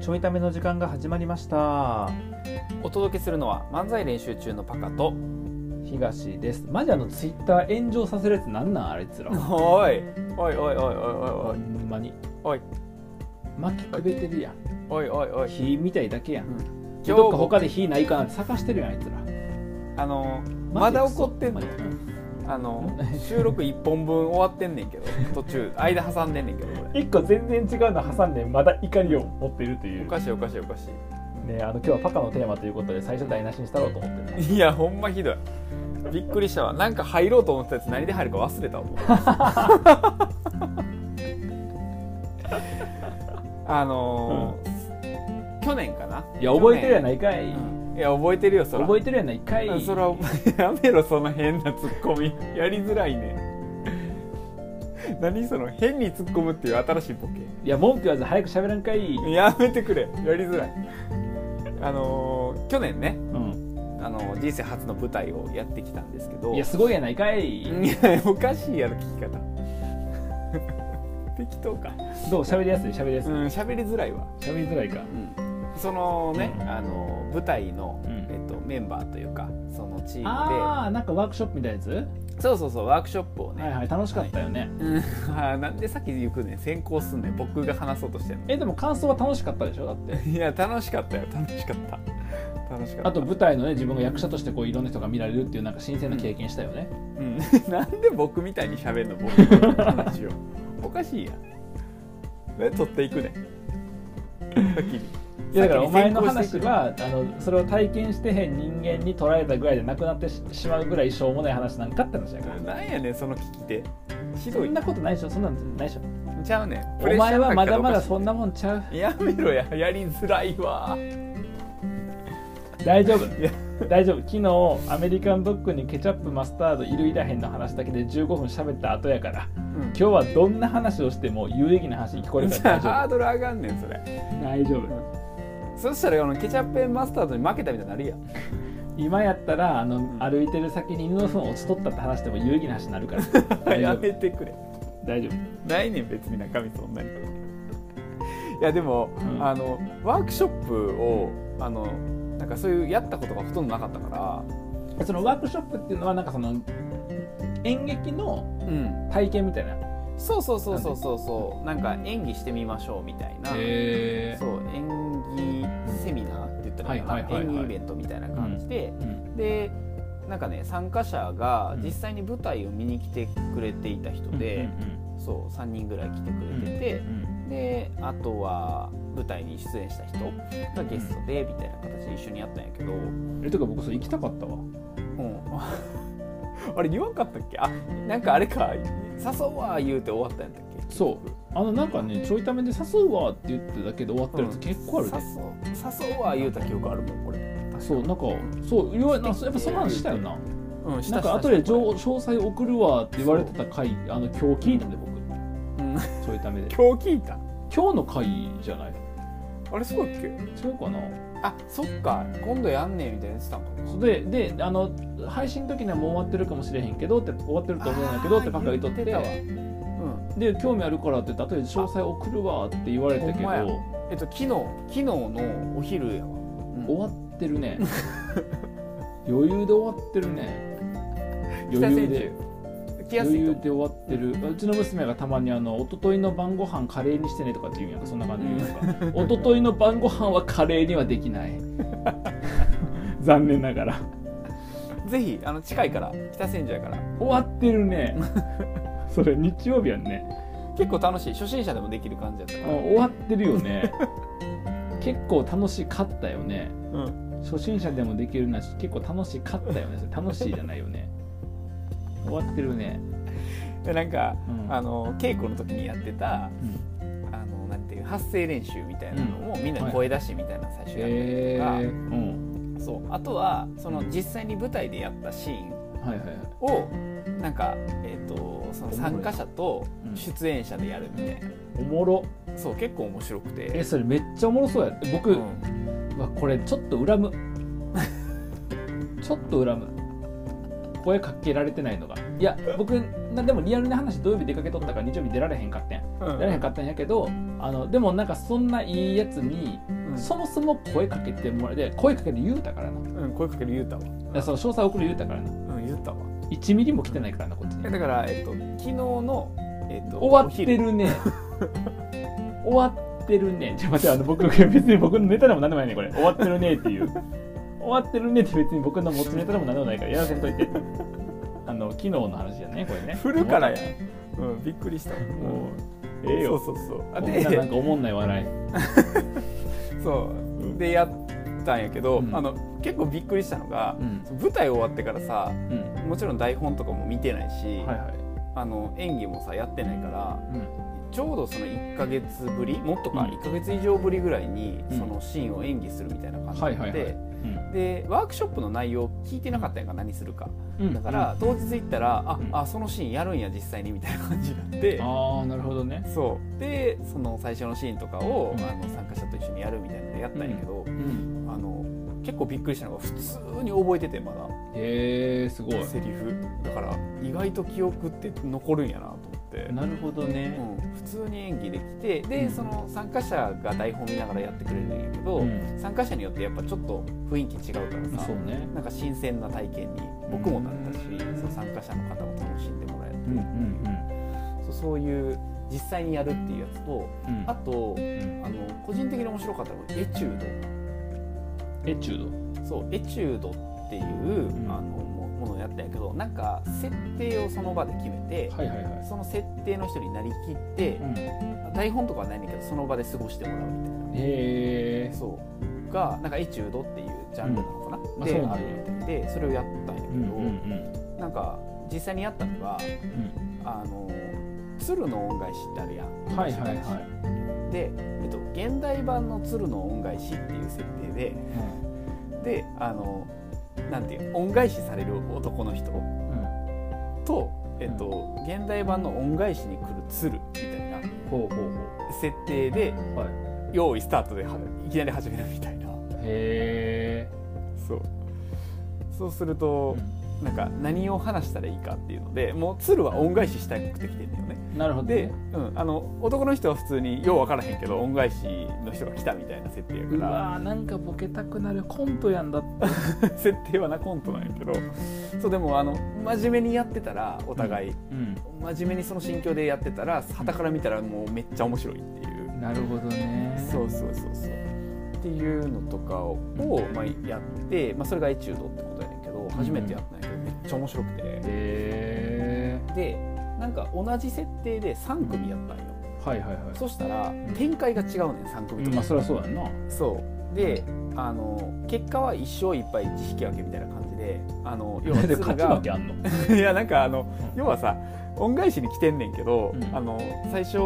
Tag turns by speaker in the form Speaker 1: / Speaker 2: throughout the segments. Speaker 1: ちょいための時間が始まりました
Speaker 2: お届けするのは漫才練習中のパカと
Speaker 1: 東ですマジあのツイッター炎上させるやつなんなんあれつらほ
Speaker 2: おいおいおいおいおいおい
Speaker 1: んまに
Speaker 2: おい
Speaker 1: 巻きくべてるやん
Speaker 2: おいおいおいおい
Speaker 1: 火みたいだけやん
Speaker 2: 今日
Speaker 1: どっか他で火ないかなって探してるやんあいつら
Speaker 2: あの
Speaker 1: マ
Speaker 2: ま
Speaker 1: ジで
Speaker 2: だ
Speaker 1: クソ
Speaker 2: 怒ってん
Speaker 1: マ
Speaker 2: の
Speaker 1: ジで
Speaker 2: あ の収録1本分終わってんねんけど途中間挟んでんねんけどこれ
Speaker 1: 一個全然違うの挟んでまだ怒りを持っているとい
Speaker 2: お
Speaker 1: う
Speaker 2: かしいおかしいおかし
Speaker 1: ねあの今日はパカのテーマということで最初台無しにしたろうと思ってね
Speaker 2: いいやほんまひどいびっくりしたわなんか入ろうと思ってたやつ何で入るか忘れ たわもうあのー去年かない
Speaker 1: や覚えてるや
Speaker 2: ん
Speaker 1: ないかい
Speaker 2: いや覚えてるよそら
Speaker 1: 覚えてるやないかい
Speaker 2: そらやめろその変なツッコミやりづらいね何その変にツッコむっていう新しいボケ
Speaker 1: いや文句言わず早く喋らんかい
Speaker 2: やめてくれやりづらいあのー去年ね、
Speaker 1: うん
Speaker 2: あのー人生初の舞台をやってきたんですけど
Speaker 1: いやすごいやないかい
Speaker 2: いやおかしいやろ聞き方 適当か
Speaker 1: どう喋りやすい喋りやす
Speaker 2: う
Speaker 1: い
Speaker 2: ん喋りづらいわ、
Speaker 1: 喋りづらいか
Speaker 2: そのね、
Speaker 1: うん
Speaker 2: あの舞台の、
Speaker 1: うん
Speaker 2: えっと、メンバーというかそのチーム
Speaker 1: ああなんかワークショップみたいなやつ
Speaker 2: でそうそうそうワークショップをね、
Speaker 1: はいはい楽しかったよね
Speaker 2: うん あーなんでさっき行くねん先行すんねん僕が話そうとしてんの
Speaker 1: えでも感想は楽しかったでしょだって
Speaker 2: いや楽しかったよ楽しかった楽しかった
Speaker 1: あと舞台のね自分が役者としてこういろんな人が見られるっていうなんか新鮮な経験したよね
Speaker 2: うん なんで僕みたいに喋んの僕の話を おかしいやんで取っていくねん先に
Speaker 1: いやだからお前の
Speaker 2: 先
Speaker 1: 話
Speaker 2: に先行していく
Speaker 1: はあのそれを体験してへん人間に捉えたぐらいでなくなってししまうぐらいしょうもない話なんかって話やから
Speaker 2: なんやねんその聞き手ひ
Speaker 1: そ
Speaker 2: どい
Speaker 1: んなことないでしょそんなんないでしょ
Speaker 2: ちゃうねんプレ
Speaker 1: お
Speaker 2: ッシャ
Speaker 1: 前
Speaker 2: ー
Speaker 1: はまだまだ
Speaker 2: かか
Speaker 1: そんなもんちゃう
Speaker 2: るやめろややりづらいわ
Speaker 1: 大丈夫
Speaker 2: いや
Speaker 1: 大丈夫昨日アメリカンドッグにケチャップマスタードいるいらへんの話だけで15分喋った後やから
Speaker 2: うん
Speaker 1: 今日はどんな話をしても有意義な話に聞こえるから大丈
Speaker 2: ハードル上がんねんそれ
Speaker 1: 夫大丈夫
Speaker 2: そしたらあのケチャップマスタードに負けたみたいになるやん
Speaker 1: 今やったらあの、
Speaker 2: ん
Speaker 1: 歩いてる先に犬の糞落ちとったって話でも有意義な話になるから 大丈
Speaker 2: や
Speaker 1: 夫
Speaker 2: めてくれ
Speaker 1: 大丈夫
Speaker 2: ないねん別に中身そんなにいやでも、
Speaker 1: うん
Speaker 2: あのワークショップをあのなんかそういうやったことがほとんどなかったか
Speaker 1: そのワークショップっていうのはなんかその演劇の
Speaker 2: ら、うん、
Speaker 1: 体験みたいな
Speaker 2: そうそうそうそうそうそうなんか演技してみましょうみたいな、
Speaker 1: へ
Speaker 2: そう演技セミナーって言ったらいいのかな、
Speaker 1: はいはいはいはい
Speaker 2: 演技イベントみたいな感じで、
Speaker 1: うん
Speaker 2: でなんかね参加者が
Speaker 1: うん
Speaker 2: 実際に舞台を見に来てくれていた人で、そう3人ぐらい来てくれてて、であとは舞台に出演した人がゲストでみたいな形で一緒にやったんやけど、うん、
Speaker 1: えとか僕それ行きたかったわ
Speaker 2: あれ言わんかったっけあなんかあれか「誘うわ」言うて終わったんやったっけ
Speaker 1: そうあのなんかねちょいためで誘うわって言ってだけで終わってるやつ結構あるね、
Speaker 2: 誘う誘うわ言うた記憶あるもんこれ
Speaker 1: そうなんかそう言わなそうやっぱその話したよな
Speaker 2: うんし
Speaker 1: なん
Speaker 2: た
Speaker 1: か後で
Speaker 2: した
Speaker 1: 詳細送るわって言われてた回あの今日聞いたんで僕
Speaker 2: うん 今
Speaker 1: ちょいためで
Speaker 2: 日聞いた
Speaker 1: 今日の回じゃない
Speaker 2: あれそうだっけ
Speaker 1: 違うかな
Speaker 2: あそっか今度やんねえみたいなやつたんかな
Speaker 1: そうでであの配信の時にはもう終わってるかもしれへんけどって終わってると思うんだけどってパカが言っとって
Speaker 2: あー言ってたわうん
Speaker 1: で興味あるからって後で詳細送るわって言われたけど
Speaker 2: ほんまや
Speaker 1: 終
Speaker 2: えっと昨日昨日のお昼やわ、うん
Speaker 1: わってるね余裕で終わってるね
Speaker 2: 北
Speaker 1: 余裕
Speaker 2: 千
Speaker 1: で
Speaker 2: 住来やす
Speaker 1: 余
Speaker 2: いと
Speaker 1: 裕で
Speaker 2: 思う
Speaker 1: 終わってるうちの娘がたまにあの「一昨日の晩ご飯カレーにしてね」とかって言うんやんかそんな感じで言うんやんか一昨日の晩ご飯はカレーにはできない残念ながら
Speaker 2: ぜひあの近いから北千住やから
Speaker 1: 終わってるねそれ日曜日やんね
Speaker 2: 結構楽しい初心者でもできる感じやった
Speaker 1: あ
Speaker 2: から、
Speaker 1: 終わってるよね結構楽しかったよね
Speaker 2: うん、
Speaker 1: 初心者でもできるなし結構楽しかったよ ねそれ楽しいじゃないよね終わってるね、
Speaker 2: でなんか、
Speaker 1: うん
Speaker 2: あの稽古の時にやってた
Speaker 1: うん、
Speaker 2: あのなんていう発声練習みたいなのを、みんな声出しみたいなの最初やったり
Speaker 1: え
Speaker 2: とか、
Speaker 1: ー、うん
Speaker 2: そうあとはその実際に舞台でやったシーン
Speaker 1: はいはいはい
Speaker 2: をなんか、えっとその参加者と
Speaker 1: うん
Speaker 2: 出演者でやるみたいな、
Speaker 1: おもろ
Speaker 2: そう結構面白く
Speaker 1: え
Speaker 2: て、
Speaker 1: それめっちゃおもろそうや僕、
Speaker 2: うん
Speaker 1: わこれちょっと恨むちょっと恨む声かけられてないのがいや僕なでもリアルな話土曜日出かけとったから日曜日出られへんかってん出られへんかったんやけどあのでもなんかそんないいやつに
Speaker 2: うんうん
Speaker 1: そもそも声かけてもらえて声かける言うたからな
Speaker 2: うん、声かける言うたわ。
Speaker 1: いやその詳細送る言うたからな
Speaker 2: うん、言ったわ。
Speaker 1: 1ミリも来てないからなこっちに
Speaker 2: えだから、えっと、昨日の、えっと、
Speaker 1: 終わっ
Speaker 2: お
Speaker 1: て
Speaker 2: 昼
Speaker 1: るね終わってるねちょっと待ってあの僕の別に僕のネタでも何でもないねこれ終わってるねっていう終わってるねって別に僕の持ちネタでも何でもないからやらせんといてあの昨日の話じゃねこ れね
Speaker 2: 振るからや。うん、びっくりした。もう、
Speaker 1: ええよ
Speaker 2: そうそうそう。
Speaker 1: あ
Speaker 2: あ
Speaker 1: でなん
Speaker 2: で、
Speaker 1: かおもんない笑い
Speaker 2: そう。で、やったんやけど、
Speaker 1: うん
Speaker 2: あの、結構びっくりしたのが、
Speaker 1: うん
Speaker 2: 舞台終わってからさ、
Speaker 1: うん
Speaker 2: もちろん台本とかも見てないし、
Speaker 1: はいはい
Speaker 2: あの演技もさやってないから
Speaker 1: うん
Speaker 2: ちょうどその1か月ぶりもっとか、
Speaker 1: うん
Speaker 2: 1か月以上ぶりぐらいに
Speaker 1: うん
Speaker 2: そのシーンを演技するみたいな感じ
Speaker 1: はいはいはい
Speaker 2: で、
Speaker 1: うん
Speaker 2: でワークショップの内容聞いてなかったんやんか何するか
Speaker 1: うん
Speaker 2: だから当日行ったら、あ
Speaker 1: うん
Speaker 2: あそのシーンやるんや実際にみたいな感じになって
Speaker 1: うんああなるほどね
Speaker 2: そうでその最初のシーンとかを、
Speaker 1: うん
Speaker 2: あの参加者と一緒にやるみたいなのやったんやけど、
Speaker 1: うん
Speaker 2: あの結構びっくりしたのが普通に覚えててまだ。
Speaker 1: へえすごい
Speaker 2: セリフだから意外と記憶って残るんやなと思って、
Speaker 1: なるほどね
Speaker 2: うん、普通に演技できてで、
Speaker 1: うん
Speaker 2: その参加者が台本見ながらやってくれるんやけど、
Speaker 1: うん
Speaker 2: 参加者によってやっぱちょっと雰囲気違うからさ
Speaker 1: そうね
Speaker 2: なんか新鮮な体験に僕もなったし、その参加者の方も楽しんでもらえる
Speaker 1: うんうん
Speaker 2: そうそういう実際にやるっていうやつと
Speaker 1: うんうん
Speaker 2: あと
Speaker 1: うん
Speaker 2: あの個人的に面白かったのがエチュー
Speaker 1: エチュード
Speaker 2: ドそうエチュードっていう、
Speaker 1: ん
Speaker 2: あのもものをやったんやけどなんか設定をその場で決めて、
Speaker 1: はいはいはい
Speaker 2: その設定の人になりきって、台本とかはないんだけどその場で過ごしてもらうみたいな、
Speaker 1: へえ
Speaker 2: そうがなんかエチュードっていうジャンルなのかな、
Speaker 1: んまあ
Speaker 2: で
Speaker 1: そうなん
Speaker 2: あ
Speaker 1: や
Speaker 2: るみたいでそれをやったんやけど、
Speaker 1: うん
Speaker 2: なんか実際にやったのが
Speaker 1: うん
Speaker 2: あの鶴の恩返しってあるや
Speaker 1: うん
Speaker 2: ん
Speaker 1: はいはいはい
Speaker 2: で、えっと、現代版の鶴の恩返しっていう設定でであのなんていう恩返しされる男の
Speaker 1: う
Speaker 2: 人
Speaker 1: ん
Speaker 2: と、えっと、現代版の恩返しに来る鶴みたいな
Speaker 1: ほうほう
Speaker 2: 設定で
Speaker 1: ほうはい
Speaker 2: 用意スタートではいきなり始めるみたいな
Speaker 1: へえ
Speaker 2: そうそうすると、なんか何を話したらいいかっていうのでもう鶴は恩返ししたくて来てんだよね
Speaker 1: なるほど
Speaker 2: で、
Speaker 1: ね
Speaker 2: うん、あの男の人は普通によう分からへんけど恩返しの人が来たみたいな設定や
Speaker 1: う
Speaker 2: か
Speaker 1: わーなんかボケたくなるコントやんだって
Speaker 2: ら 設定はなコントなんやけどそうでもあの真面目にやってたらお互い、
Speaker 1: うん
Speaker 2: 真面目にその心境でやってたら傍から見たらもうめっちゃ面白いっていう
Speaker 1: なるほどね
Speaker 2: そうそうそうそうっていうのとかを、まあ、やって、まあ、それがエチュードってことやねんけど初めてやったんやけどめっちゃ面白くて
Speaker 1: へえ
Speaker 2: でなんか同じ設定で3組やったんよ
Speaker 1: はいはいはい
Speaker 2: そしたら展開が違うねん3組と
Speaker 1: うん
Speaker 2: か、
Speaker 1: まあそりゃそうだな
Speaker 2: そうであの結果は一勝一敗一引き分けみたいな感じであの要は
Speaker 1: で
Speaker 2: 鶴
Speaker 1: 勝ち負
Speaker 2: が
Speaker 1: けあんの
Speaker 2: いやなんかあの
Speaker 1: うん
Speaker 2: 要はさ恩返しに来てんねんけど、
Speaker 1: うん
Speaker 2: あの最初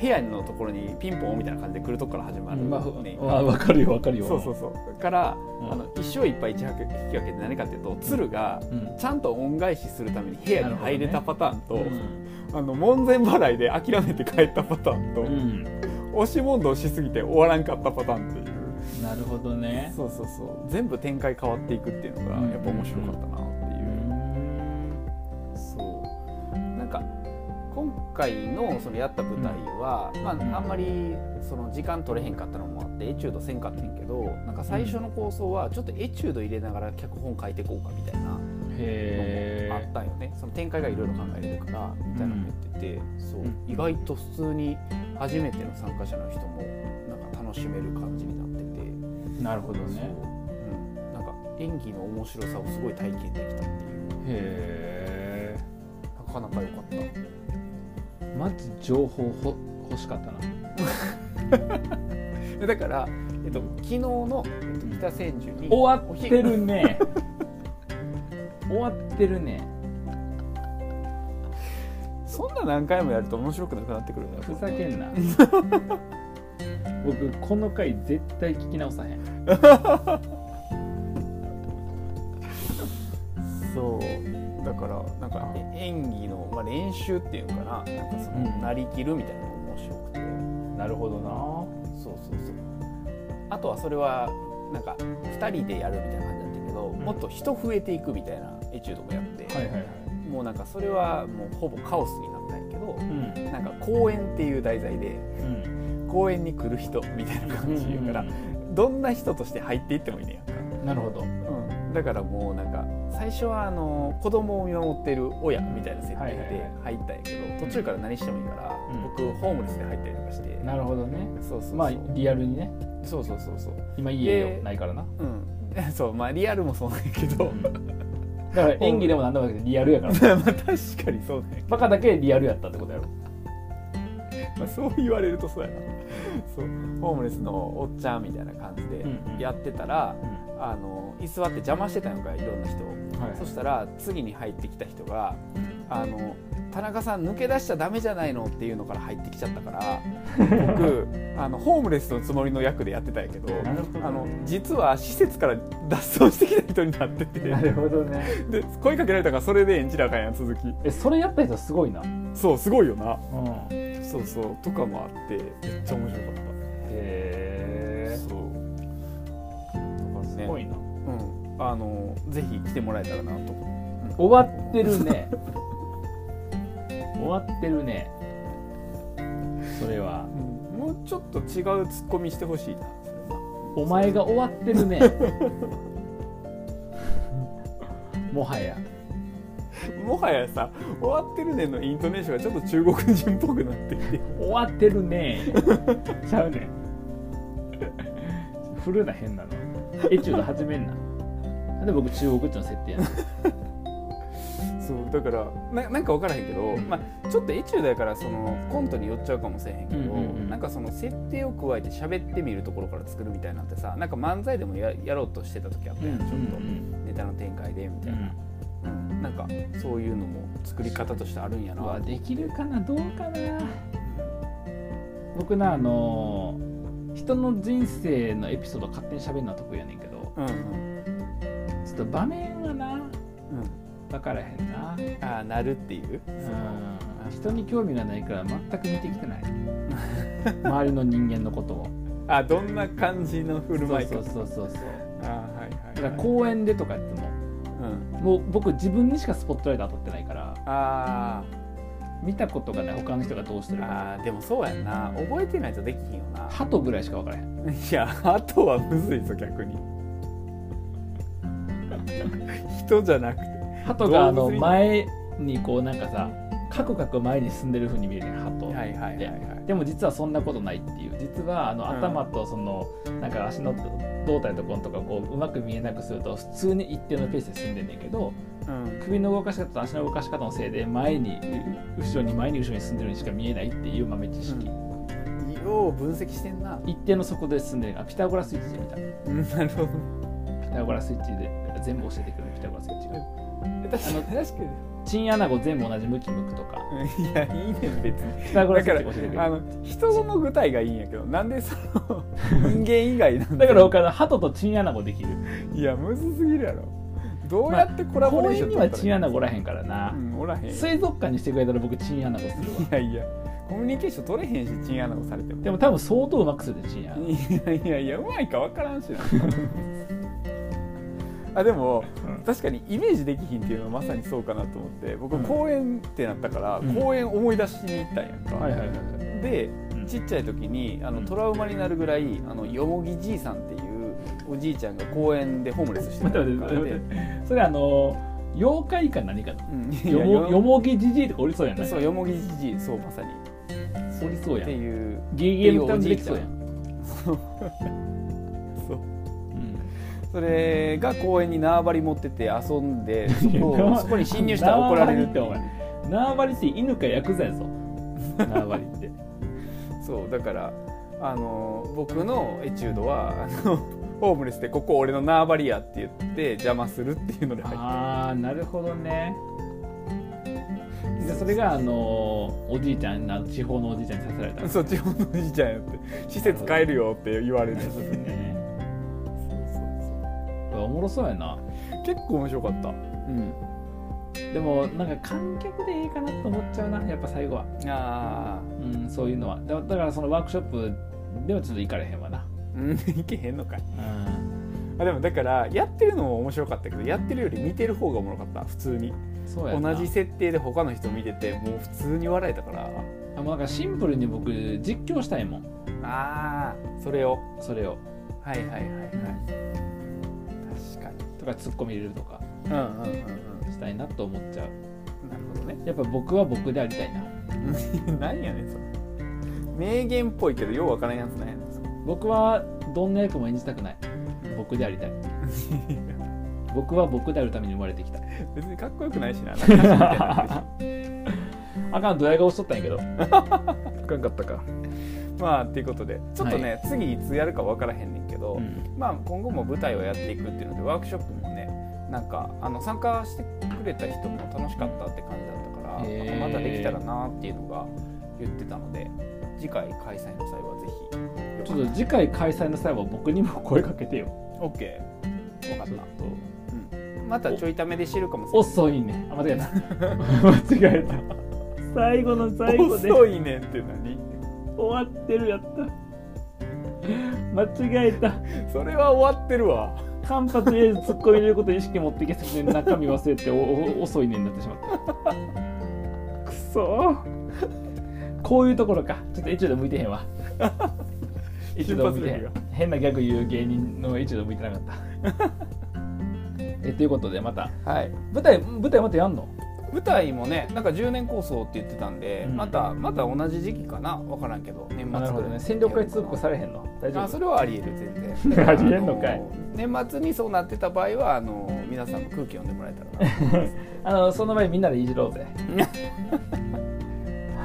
Speaker 2: 部屋のところにピンポンみたいな感じで来るとこから始まるねん
Speaker 1: ま
Speaker 2: か、
Speaker 1: あわかるよわかるよ
Speaker 2: そうそうそうから、
Speaker 1: うん
Speaker 2: あの一生いっぱい一拍引き分けって何かっていうと鶴が
Speaker 1: うん
Speaker 2: ちゃんと恩返しするために部屋に入れたパターンと、
Speaker 1: うん
Speaker 2: あの門前払いで諦めて帰ったパターンと、
Speaker 1: うん
Speaker 2: 押し問答しすぎて終わらんかったパターンっていう、
Speaker 1: なるほどね
Speaker 2: そうそうそう全部展開変わっていくっていうの
Speaker 1: うん
Speaker 2: がやっぱ面白かったなって
Speaker 1: う
Speaker 2: いう、
Speaker 1: ん
Speaker 2: そうなんか今回のそのやった舞台は、まあ、あんまりその時間取れへんかったのもあってエチュードせんかったんやけどなんか最初の構想はちょっとエチュード入れながら脚本書いていこうかみたいなのも
Speaker 1: へ
Speaker 2: あ
Speaker 1: え
Speaker 2: ったんよね、その展開がいろいろ考えれるからみたいなのも言ってて、そう
Speaker 1: うん
Speaker 2: 意外と普通に初めての参加者の人もなんか楽しめる感じになってて、
Speaker 1: なるほど
Speaker 2: そう
Speaker 1: ね
Speaker 2: うん、なんか演技の面白さをすごい体験できたっていう
Speaker 1: へ
Speaker 2: なかなか良かった。
Speaker 1: えマジ情報ほ欲しかったな
Speaker 2: でだから、えっと、昨日の、えっと、北千住に
Speaker 1: 終わって
Speaker 2: お昼
Speaker 1: るね終わってるね
Speaker 2: そんな何回もやると面白くなくなってくるな
Speaker 1: ふざけんな僕この回絶対聞き直さへん
Speaker 2: そうだからなんかえ演技の、まあ、練習っていうのかななんかその、
Speaker 1: うん
Speaker 2: なりきるみたいなのも面白くて
Speaker 1: なるほど
Speaker 2: そうそうそうあとはそれはなんか2人でやるみたいな感じだったけど、もっと人増えていくみたいなエチュードもやって、
Speaker 1: はいはいはい
Speaker 2: もうなんかそれはもうほぼカオスになったんやけど
Speaker 1: うん
Speaker 2: なんか公演っていう題材で
Speaker 1: うん
Speaker 2: 公園に来る人みたいな感じやから、どんな人として入っていってもいいねやんか、
Speaker 1: なるほど。
Speaker 2: うん、だからもうなんか最初はあの子供を見守ってる親みたいな設定
Speaker 1: はいはいは
Speaker 2: で入ったんやけど、途中から何してもいいから、
Speaker 1: うん
Speaker 2: 僕ホームレスで入ったりとかして、
Speaker 1: なるほどね。
Speaker 2: そうそうそう、
Speaker 1: まあリアルにね、
Speaker 2: そうそうそうそう
Speaker 1: 今家
Speaker 2: で
Speaker 1: よないからな。
Speaker 2: うん そうまあリアルもそうなんやけど、
Speaker 1: だから演技でもなんでもなくてリアルやから。
Speaker 2: まあ確かにそうね、
Speaker 1: バカだけリアルやったってことやろ。
Speaker 2: まあ、そう言われるとそうやな そうホームレスのおっちゃんみたいな感じで
Speaker 1: うんうん
Speaker 2: やってたら、
Speaker 1: は
Speaker 2: あの居座って邪魔してたのかいろんな人を、
Speaker 1: い
Speaker 2: そしたら次に入ってきた人があの田中さん抜け出しちゃダメじゃないのっていうのから入ってきちゃったから僕あのホームレスのつもりの役でやってたんやけど
Speaker 1: なるほどね
Speaker 2: あの実は施設から脱走してきた人になってて
Speaker 1: な るほどね。
Speaker 2: で声かけられたからそれで演じなあかんやん続き
Speaker 1: え、それやった人すごいな。うん。
Speaker 2: そうすごいよな
Speaker 1: へ
Speaker 2: そうそうとかもあってめっちゃ面白かっ
Speaker 1: え
Speaker 2: た。そうだから
Speaker 1: すごいな。
Speaker 2: うん、あのぜひ来てもらえたらなと思
Speaker 1: 終わってる ね。終わってるね。それは。
Speaker 2: う、もうちょっと違うツッコミしてほしいなそれは
Speaker 1: お前が終わってる ね。もはや。
Speaker 2: もはやさ「終わってるね」のイントネーションがちょっと中国人っぽくなってきて
Speaker 1: 終わってる ね。ちゃうねん。振るな、変なの。エチュード始めんな。なんで僕、中国人の設定やねん。
Speaker 2: そうだからななんか分からへんけど、まあ、ちょっとエチュードやからそのコントに寄っちゃうかもしれへんけど、
Speaker 1: うんうんうん
Speaker 2: なんかその設定を加えて喋ってみるところから作るみたいなんてさなんか漫才でもややろうとしてた時あったやん、ちょっと、ネタの展開でみたいな、うんなんかそういうのも作り方としてあるんや
Speaker 1: うわ
Speaker 2: な
Speaker 1: できるかなどうかな僕なあのー人の人生のエピソード勝手に喋るのは得意やねんけど
Speaker 2: うんうん
Speaker 1: ちょっと場面はな
Speaker 2: う
Speaker 1: 分からへんな、
Speaker 2: んああなるっていう
Speaker 1: うん、人に興味がないから全く見てきて ない周りの人間のことを
Speaker 2: あどんな感じの振る
Speaker 1: そう
Speaker 2: 舞いか
Speaker 1: そうそうそうそう
Speaker 2: あはいはい
Speaker 1: だから公園でとかやっても
Speaker 2: うん、
Speaker 1: もう僕自分にしかスポットライト当たってないから
Speaker 2: あー
Speaker 1: 見たことがない他の人がどうしてるか
Speaker 2: あーでもそうやんな覚えてないとできひんよな
Speaker 1: 鳩ぐらいしか分からへん
Speaker 2: いやあとはむずいぞ逆に 人じゃなくて
Speaker 1: 鳩があ
Speaker 2: 動
Speaker 1: の
Speaker 2: 物に
Speaker 1: 前にこうなんかさカクカク前に進んでる風に見えるやん鳩、
Speaker 2: はいはいはいはい
Speaker 1: でも実はそんなことないっていう実はあの
Speaker 2: うん
Speaker 1: 頭とその、なんか足の胴体とこんとかこううまく見えなくすると普通に一定のペースで進んでんねんけど
Speaker 2: うん
Speaker 1: 首の動かし方と足の動かし方のせいで前にう後ろに前に後ろに進んでるようにしか見えないっていう豆知識、
Speaker 2: よう分析してんな、
Speaker 1: 一定の速度で進んでるあピタゴラスイッチで見た
Speaker 2: うん、なる ほど
Speaker 1: ピタゴラスイッチで全部教えてくれるピタゴラスイッチが
Speaker 2: 確
Speaker 1: あの
Speaker 2: かに確か
Speaker 1: チンアナゴ全部同じ向き向くとか
Speaker 2: にいやいいねん別に
Speaker 1: ピタゴラ
Speaker 2: だ
Speaker 1: スイ
Speaker 2: か
Speaker 1: ッチ教えてくれる
Speaker 2: らあの人の具体がいいんやけどなんでその 人間以外なん
Speaker 1: だ
Speaker 2: だ
Speaker 1: から僕は鳩とチンアナゴできる
Speaker 2: いやむずすぎるやろどうやってコラボ
Speaker 1: 公
Speaker 2: レーショ
Speaker 1: 園
Speaker 2: ン
Speaker 1: には
Speaker 2: 取ったらいい
Speaker 1: チンアナゴおらへんからな、
Speaker 2: うんおらへん
Speaker 1: 水族館にしてくれたら僕チンアナゴするわ
Speaker 2: いやいやコミュニケーション取れへんしチンアナゴされても
Speaker 1: でも多分相当うまくするでチンアナゴ
Speaker 2: いやいやいやうまいか分からんしな あでも確かにイメージできひんっていうのはまさにそうかなと思って僕
Speaker 1: うん
Speaker 2: 公園ってなったから、
Speaker 1: うん
Speaker 2: 公園思い出しに行ったんやんか、
Speaker 1: はいはいはい
Speaker 2: で
Speaker 1: うん
Speaker 2: ちっちゃい時にあ
Speaker 1: う
Speaker 2: の
Speaker 1: ん
Speaker 2: トラウマになるぐらいあのよもぎじいさんっていうおじいちゃんが公園でホームレスして
Speaker 1: 待
Speaker 2: た
Speaker 1: って
Speaker 2: り
Speaker 1: 待
Speaker 2: と
Speaker 1: っ
Speaker 2: か
Speaker 1: て
Speaker 2: で
Speaker 1: 待ってそれあの妖怪か何かな
Speaker 2: うんいや
Speaker 1: よもよ
Speaker 2: よ
Speaker 1: もぎじじいとかおりそうやんな
Speaker 2: そうよもぎじじいそうまさに
Speaker 1: おりそうや
Speaker 2: って
Speaker 1: ん
Speaker 2: いう
Speaker 1: ギリギリの感じできそうやん、
Speaker 2: そう
Speaker 1: うん
Speaker 2: それが公園に縄張り持ってて遊んでそ こ
Speaker 1: いや
Speaker 2: をそこに侵入したら怒られるってい
Speaker 1: 縄張り
Speaker 2: う
Speaker 1: ってお前縄張りって犬かヤクザや ぞ縄張りって
Speaker 2: そうだからあの僕のエチュードはあのホームレスでここ俺の縄張りやって言って邪魔するっていうので入っ
Speaker 1: ああなるほどねでそれがあのおじいちゃんあの地方のおじいちゃんにさせられた
Speaker 2: てそっちほのおじいちゃんやって施設変えるよって 言われる
Speaker 1: なるほどね
Speaker 2: そうそう
Speaker 1: おもろそうやな
Speaker 2: そう結構面白かったうん
Speaker 1: でもなんか観客でええかなと思っちゃうなやっぱ最後は
Speaker 2: ああ
Speaker 1: うんそういうのはだだからそのワークショップではちょっと行かれへんわな
Speaker 2: うんいけへんのかい
Speaker 1: うん
Speaker 2: あでもだからやってるのも面白かったけどやってるより見てる方がおもろかった普通に
Speaker 1: そうやな
Speaker 2: 同じ設定で他の人見ててもう普通に笑えたから
Speaker 1: あもうなんかシンプルに僕実況したいもん
Speaker 2: ああそれを
Speaker 1: それを
Speaker 2: はいはいはいはい確かに
Speaker 1: とかツッコミ入れるとか
Speaker 2: うんうんうん
Speaker 1: したいなと思っちゃう
Speaker 2: うんなるほどね
Speaker 1: やっぱ僕は僕でありたいな
Speaker 2: 何やねんそれ名言っぽいけどようわからんやつなんやねんそれ
Speaker 1: 僕はどんな役も演じたくない僕でありたい僕は僕であるために生まれてきた
Speaker 2: 別にかっこよくないしななんか歌手み たいになってるし
Speaker 1: あかんドヤ顔しとったんやけどあかんかったか
Speaker 2: まあっていうことでちょっとね、次いつやるか分からへんねんけど、
Speaker 1: うん
Speaker 2: まあ今後も舞台をやっていくっていうのでワークショップもねなんかあの参加してくれた人も楽しかったって感じだったから、
Speaker 1: へー
Speaker 2: まあまたできたらなっていうのが言ってたので次回開催の際はぜひ
Speaker 1: ちょっと次回開催の際は僕にも声かけてよ
Speaker 2: OK 分かっ
Speaker 1: ちょったと
Speaker 2: またちょいためで知るかもしれない
Speaker 1: 遅いねあ間違えた間違えた最後の最後で
Speaker 2: 遅いねんって何
Speaker 1: 終わってるやった間違えた
Speaker 2: それは終わってるわ
Speaker 1: 間髪入れず突っ込み入れること意識持ってけすぎて中身忘れておお遅いねになってしまった くそーこういうところかちょっとエチュード向いてへん わエチュード向いてへ
Speaker 2: 瞬
Speaker 1: ん
Speaker 2: 発
Speaker 1: 変なギャグ言う芸人のエチュード向いてなかったえということでまた
Speaker 2: はい
Speaker 1: 舞台舞台またやんの
Speaker 2: 舞台もねなんか10年構想って言ってたんで、
Speaker 1: うん
Speaker 2: またまた同じ時期かな分からんけど年
Speaker 1: な
Speaker 2: 末
Speaker 1: るほ
Speaker 2: ぐ
Speaker 1: ど
Speaker 2: らい
Speaker 1: ね占領会通告されへんの大丈
Speaker 2: あ
Speaker 1: 夫
Speaker 2: それはありえる 全然
Speaker 1: ありえんのかい
Speaker 2: あの年末にそうなってた場合はあの皆さんの空気読んでもらえたらな
Speaker 1: あのその前にみんなでいじろう ぜ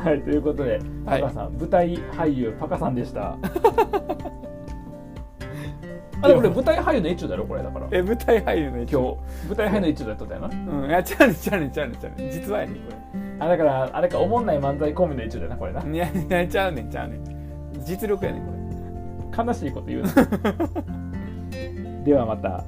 Speaker 1: はいということでパ
Speaker 2: はい
Speaker 1: カさん、舞台俳優パカさんでした あでもこれ舞台俳優の一応だろこれだから今
Speaker 2: え舞台俳優の
Speaker 1: 日舞台俳優の一応だったよな
Speaker 2: 日うんいやちゃうねちゃうねちゃうねちゃうね実はやねんこ
Speaker 1: あだからあれかおもんない漫才コンビの一応だなこれな
Speaker 2: れいやいやちゃうねんちゃうねん実力やねんこれ
Speaker 1: 悲しいこと言うなではまた